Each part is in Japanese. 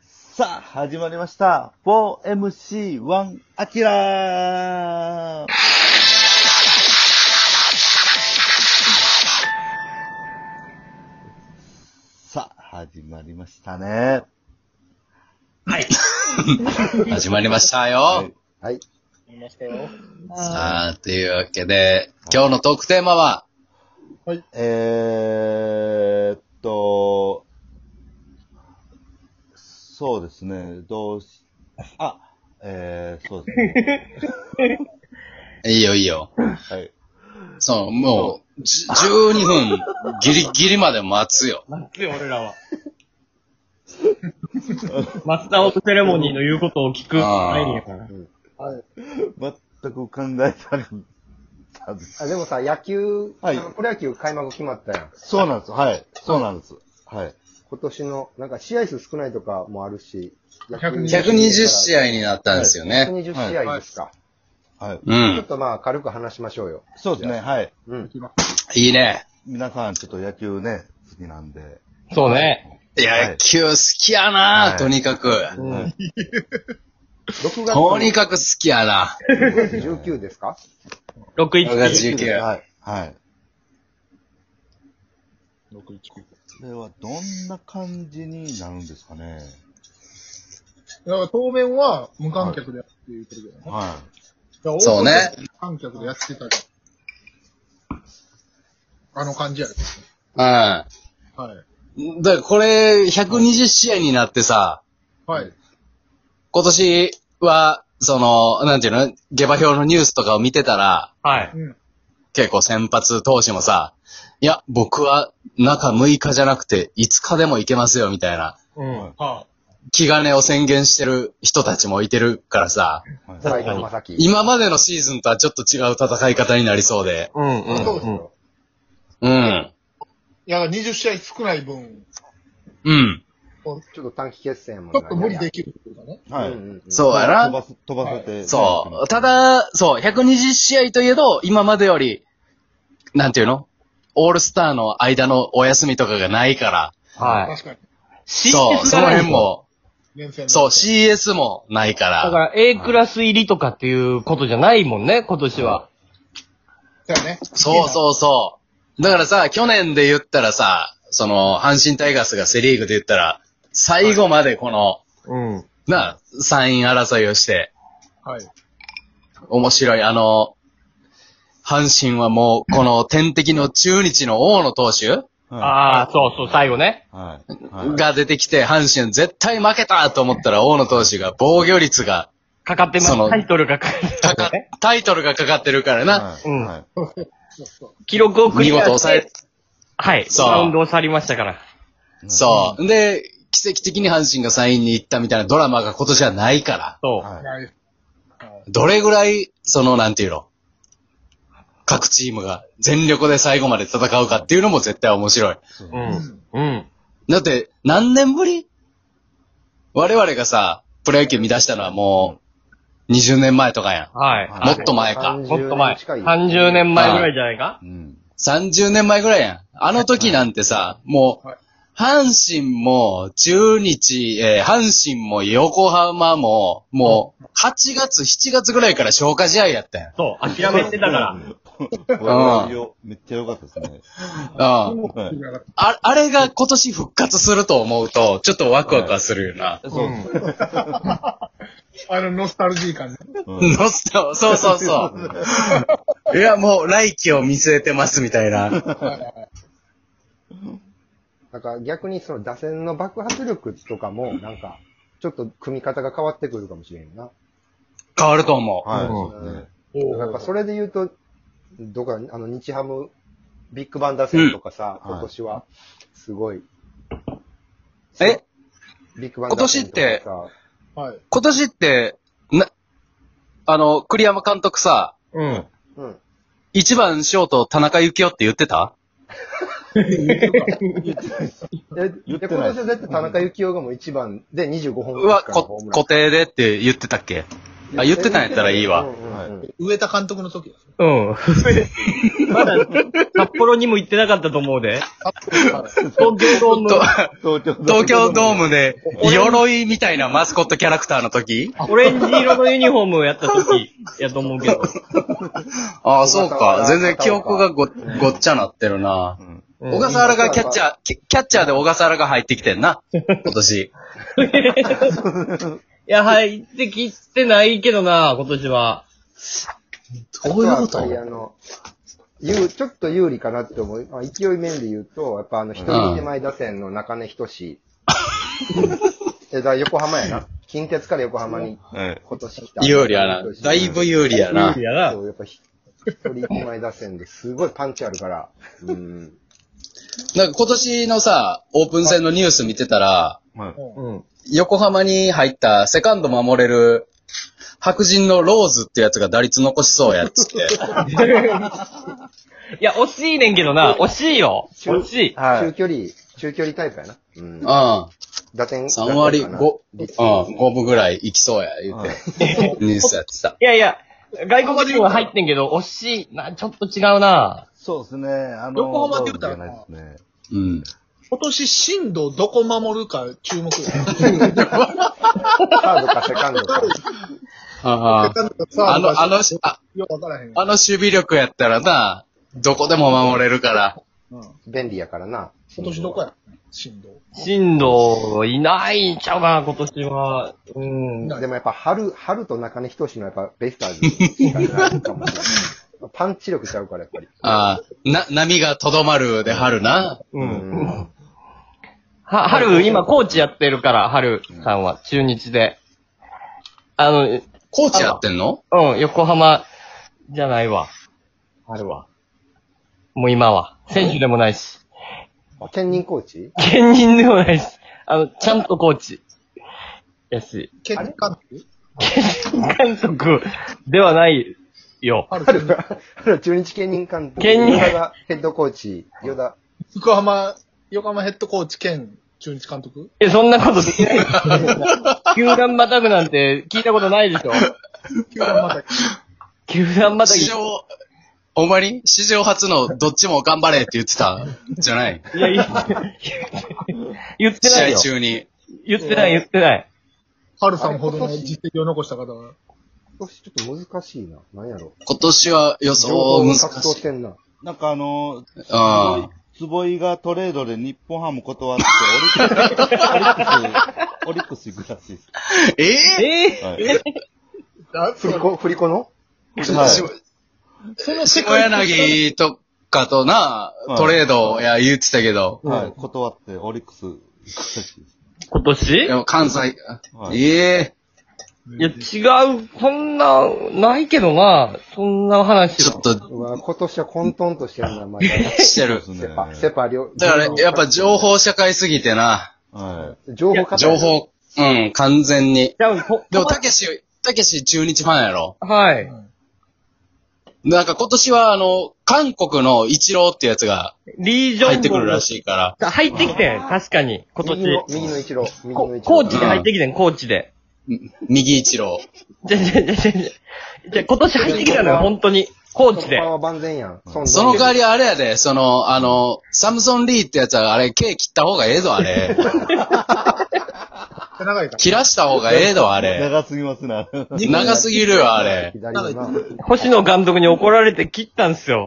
さあ、始まりました。4MC1 アキラーさあ、始まりましたね。はい。始まりましたよ。はい。見ましたよ。さあ、というわけで、今日のトークテーマは、えーっと、そうですね、どうし、あ、えー、そうですね。いいよいいよ。はい。そう、もう、じ12分、ギリギリまで待つよ。なんで 俺らは。マスターオブセレモニーの言うことを聞く前にやから。あ全く考えられたんですあでもさ、野球、はいあのプロ野球開幕決まったやん。そうなんです。はい。そうなんです。はい。今年の、なんか試合数少ないとかもあるし、 120試合になったんですよね。 120試合ですか。はい。うちょっん。とまあ、軽く話しましょうよ。そうですね。はい。うん。いいね。皆さん、ちょっと野球ね、好きなんで。そうね。野球好きやな、はいとにかく。はい6月とにかく好きやな。 19ですか6月619。 19。はい。はい。 619。これはどんな感じになるんですかね。だから当面は無観客でやっていうことだよね。はだからそうね無観客でやってたり。あの感じやで。うん。はい。だからこれ、120試合になってさ、はい。今年は、その、なんていうの、下馬評のニュースとかを見てたら、はい。うん。結構先発投手もさ、いや、僕は中6日じゃなくて5日でもいけますよ、みたいな。うん。は気兼ねを宣言してる人たちもいてるからさ、い。はい。斎藤正樹。今までのシーズンとはちょっと違う戦い方になりそうで。うんい。そうですよ。うん。いや、20試合少ない分、うん。ちょっと短期決戦もちょっと無理でききるっていうかね。はい。そうや飛な。ばす、飛ばせて。そう。た、だ、そう、120試合といえど、今までより、なんていうのオールスターの間のお休みとかがないから。はい。確かに。そう、その辺。も。連戦そう、CS もないか。だからら A クラス入りとかっていうことじゃないもんね、今年は。だよね。そうそうそう。だからさ、去年で言ったらさ、その、阪神タイガースがセリーグで言ったら、最後までこの、うん。な、サイン争いをして、はい。面白い。あの、阪神はもう、この天敵の中日の大野投手はああ、そうそう、最後ね。い。はい。はい。が出てきて、阪神絶対負けたと思ったら、大野投手が防御率が、かかってますそ。のタイトルがかかってかまかすね。タイトルがかかってるからな、はいうんはい。記録をク見リア事し抑えて、、はい。そうラウンドを去りましたから。そう。で、奇跡的に阪神がサインに行ったみたいなドラマが今年はないから、そう。はい。はい。どれぐらい、その、なんていうの、各チームが全力で最後まで戦うかっていうのも絶対面白い。うん。うん。だって、何年ぶり我々がさ、プロ野球見出したのはもう、20年前とかやはい。ん。もっと前か。もっと前。近い。 30年前ぐらいじゃないかうん。 30年前ぐらいやん。あの時なんてさ、もうはい、阪神も、中日、えー阪神も横浜も、もう、8月、7月ぐらいから消化試合やったやん。そう、諦めてたから。 うんよめっちゃ良かったですね。うん。はいあ、あれが今年復活すると思うと、ちょっとワクワクはするよな。そうあの、ノスタルジー感ね。うんのそうそうそうそう。 いや、もう来季を見据えてますみたいな。なんか逆にその打線の爆発力とかも、なんか、ちょっと組み方が変わってくるかもしれんな。変わると思う。はい。そうですねやっぱそれで言うと、どこか、あの、日ハム、ビッグバン打線とかさ、うん今年は、すごい、え、ビッグバン打線とかさ、はい。今年って、な、あの、栗山監督さ、うん。うん。一番ショート田中幸雄って言ってた言ってないえ、で今年は絶対田中幸雄がもう1番で25本うわ、打つからこ、固定でって言ってたっけあ、言ってたんやったらいいわ。 うんうんはい。はい。上田監督の時ですね。うん。まだ、札幌にも行ってなかったと思うで。東京ドーム、東京東京ドームで俺、鎧みたいなマスコットキャラクターの時オレンジ色のユニフォームをやった時、やと思うけど。ああ、そうか。全然記憶がごごっちゃなってるな。うん小笠原がキャッチャー、キャキャッチャーで小笠原が入ってきてんな。今年。 いや、入ってきてないけどな、今年は。どういうこあととはやっぱりあの、有ちょっと有利かなって思う。まあ、勢い面で言うと、やっぱあの、一人手前打線の中根 仁志。え、だから横浜やな。近鉄から横浜にうん。今年来た。有利やな。だいぶ有利やな。やなそ。う、やっぱひ一人手前打線ですごいパンチあるから。うん。なんか今年のさ、オープン戦のニュース見てたら、はいうん。横浜に入ったセカンド守れる白人のローズってやつが打率残しそうやっつって。いや、惜しいねんけどな、惜しいよ。惜しい。は中距離、中距離タイプやな。うんうん。。3打点。割打点5、うん、かな5分ぐらいいきそうや、言うて。ニュースやってた。いやいや、外国人は入ってんけど、惜しい。な、ちょっと違うな。そうですね。あの、横浜って言うたらドームじゃないですね。うん。今年、進路どこ守るか注目。サードかセカンドか。ああ。あの、あの、あよくわからへん。あの守備力やったらな、どこでも守れるから。便利やからな。今年どこや進路。進藤、いないんちゃうかな、今年は。うん。でもやっぱ春、春と中根仁志のやっぱベイスターズしかいないかもしれない。パンチ力ちゃうからやっぱり。ああ、な、波がとどまるで春な。う。うんん。は、春、今、コーチやってるから、春さんは、中日で。あの、コーチやってんのうん、横浜じゃないわ。春は。もう今は。選手でもないし。兼任コーチ兼任でもないし。あの、ちゃんとコーチ。やし。結果、監督ではないよ。春春は、春は中日兼任監督。兼任与田ヘッドコーチ。与田。横浜、横浜ヘッドコーチ兼中日監 督え、そんなことできない。球団またぐなんて聞いたことないでしょ。球団また球団またぎ。史い上、ほんまに史上初のどっちも頑張れって言ってたじゃないや、言って言ってない試合中よ。に。言ってない、言ってない。春さんほどの実績を残した方が。今年ちょっと難しいな。何やろ。今年は予想難格闘ししい。てんな。なんかあの、あ坪井がトレードで日本ハム断って、オリックス、オリックス、オリックス行くらしいです。えええはい。振り子、振り子のはいし下柳とかとな、トレード、いや、言ってたけど、はい。断って、オリックス行くらしいです。今年でも関西、はいええいや、違う。そんな、ないけどな。そんな話ちはょっと、うわ今年は混沌としてるな、まだ。セしてる。そうですねパ、セパ両。だから、やっぱ情報社会すぎてな、は情報化情。報、うん、完全に。じゃあ、こでも、たけし、たけし中日ファンやろはい。なんか今年はあの、韓国のイチローってやつがリージョン入ってくるらい。しいから。入ってきてん、確かに、今右の年、。右の一郎。右のこ一郎。コーチで入ってきてん、コーチで。右一郎。じゃ、じゃ、じゃ、じゃ、じゃ、じゃ今年入ってきたのよ、本当に。コーチでパ。は万全やん。そその代わりあれやで、その、あの、サムソン・リーってやつはあれ、毛切った方がええぞ、あれ。長いか切らした方がええぞ、あい。れ。長すぎますな。長すぎるよ、あれ。左の な。星野監督に怒られて切ったんすよ。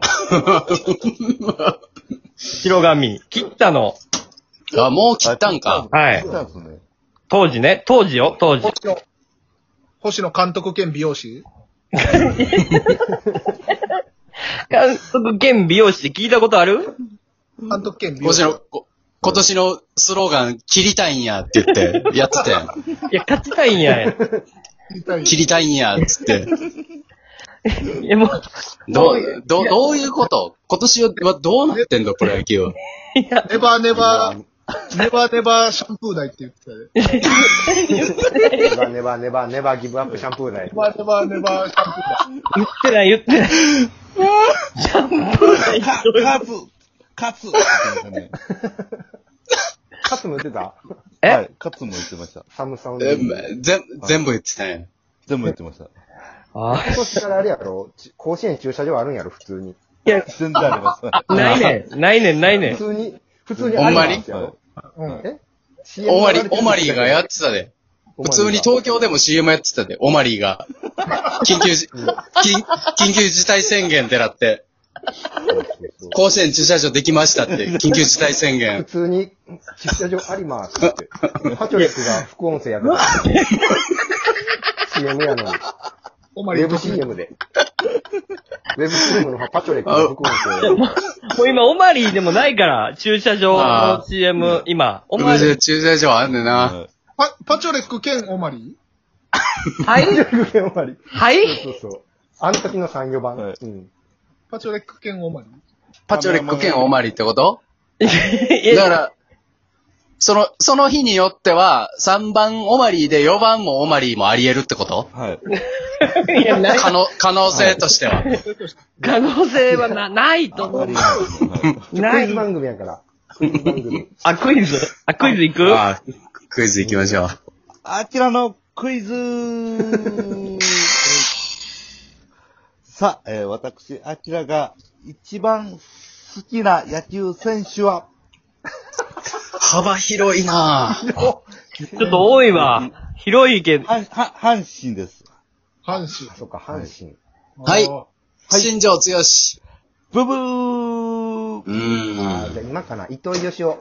広髪。切ったの。あ、もう切ったんか。はい来たんですね。当時ね、当時よ、当時。星野、星野監督兼美容師監督兼美容師って聞いたことある監督兼美容もち師。ろん、こ今年のスローガン、切りたいんやって言って、やってたやん。いや、勝ちたいんや。い切りたいんや、つって。や、もう、どう、どう、どういうこと今年はどうなってんの、プロ野球は。いや、ネバーネバー、ネバーネバーシャンプー台って言ってたで。 ネネバネバネバネバギブアップシャンプーだよ。バーネバーネバーシャンプー台。言ってない、言ってない。シャンプー台か、ど勝つ勝つって言ってましたねカツも言ってたえはい。勝つも言ってました。サムソン。えぜん全部言ってたやん。全部言ってました。ああ。今年からあれやろ、ち甲子園駐車場あるんやろ、普通に。いや、全然あります。ないねん。ないねん、ないね普ん。通に、普通にあるんですほんまよ。うん。えオマリ、オマリーがやってたで。普通に東京。京でも CM やってたで、オマリーが。緊急じ、緊緊急事態宣言ってなって、甲子園駐車場できましたって、緊急事態宣普言。通に、駐車場ありますって。パチョリックが副音声やる から。CM やのに。おウまりェブ CM で。ウェブ CM のパチョリックが副音声。もう今、オマリーでもないから、駐車場あのあ CM、今。オ甲マリ子ー園駐車場あんねんな。はいパ、パチョレック兼おまりはいパチョリック終わり。はいそうそう。あの時の3、4番。はいうん。パチョレック兼おまりパチョリック兼オマリーってことえだから、その、その日によっては、3番オマリーで4番もオマリーもあり得るってことはい。いや、ない可能、可能性としては。可能性はな、ないと思う。なクイいズ。番組やから。クイズ番組。あ、クイズあ、クイズ行くああクイズ行きましょう。あちらのクイズえー さあ、えー私、あちらが一番好きな野球選手は、幅広いなぁ。ちょっと多いわ。広いけど。は、は、阪神です。阪神。そうか、阪神。はいあ新庄剛志。ブブーうあーじん。ゃあ今かな、糸井義雄。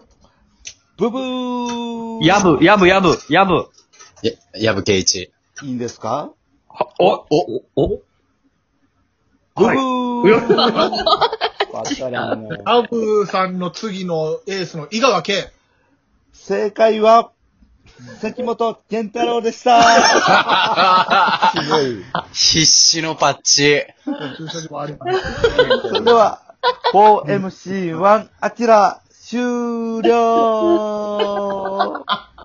ブブーやぶ、やぶ、やぶ、やぶ。や、矢部圭一。いいんですかお、お、おブブはいーわからんねー。アブさんの次のエースの井川圭。正解は、関本健太郎でした。 すごい。必死のパッチ。駐車場あります。それでは、4MC1 あちら、終了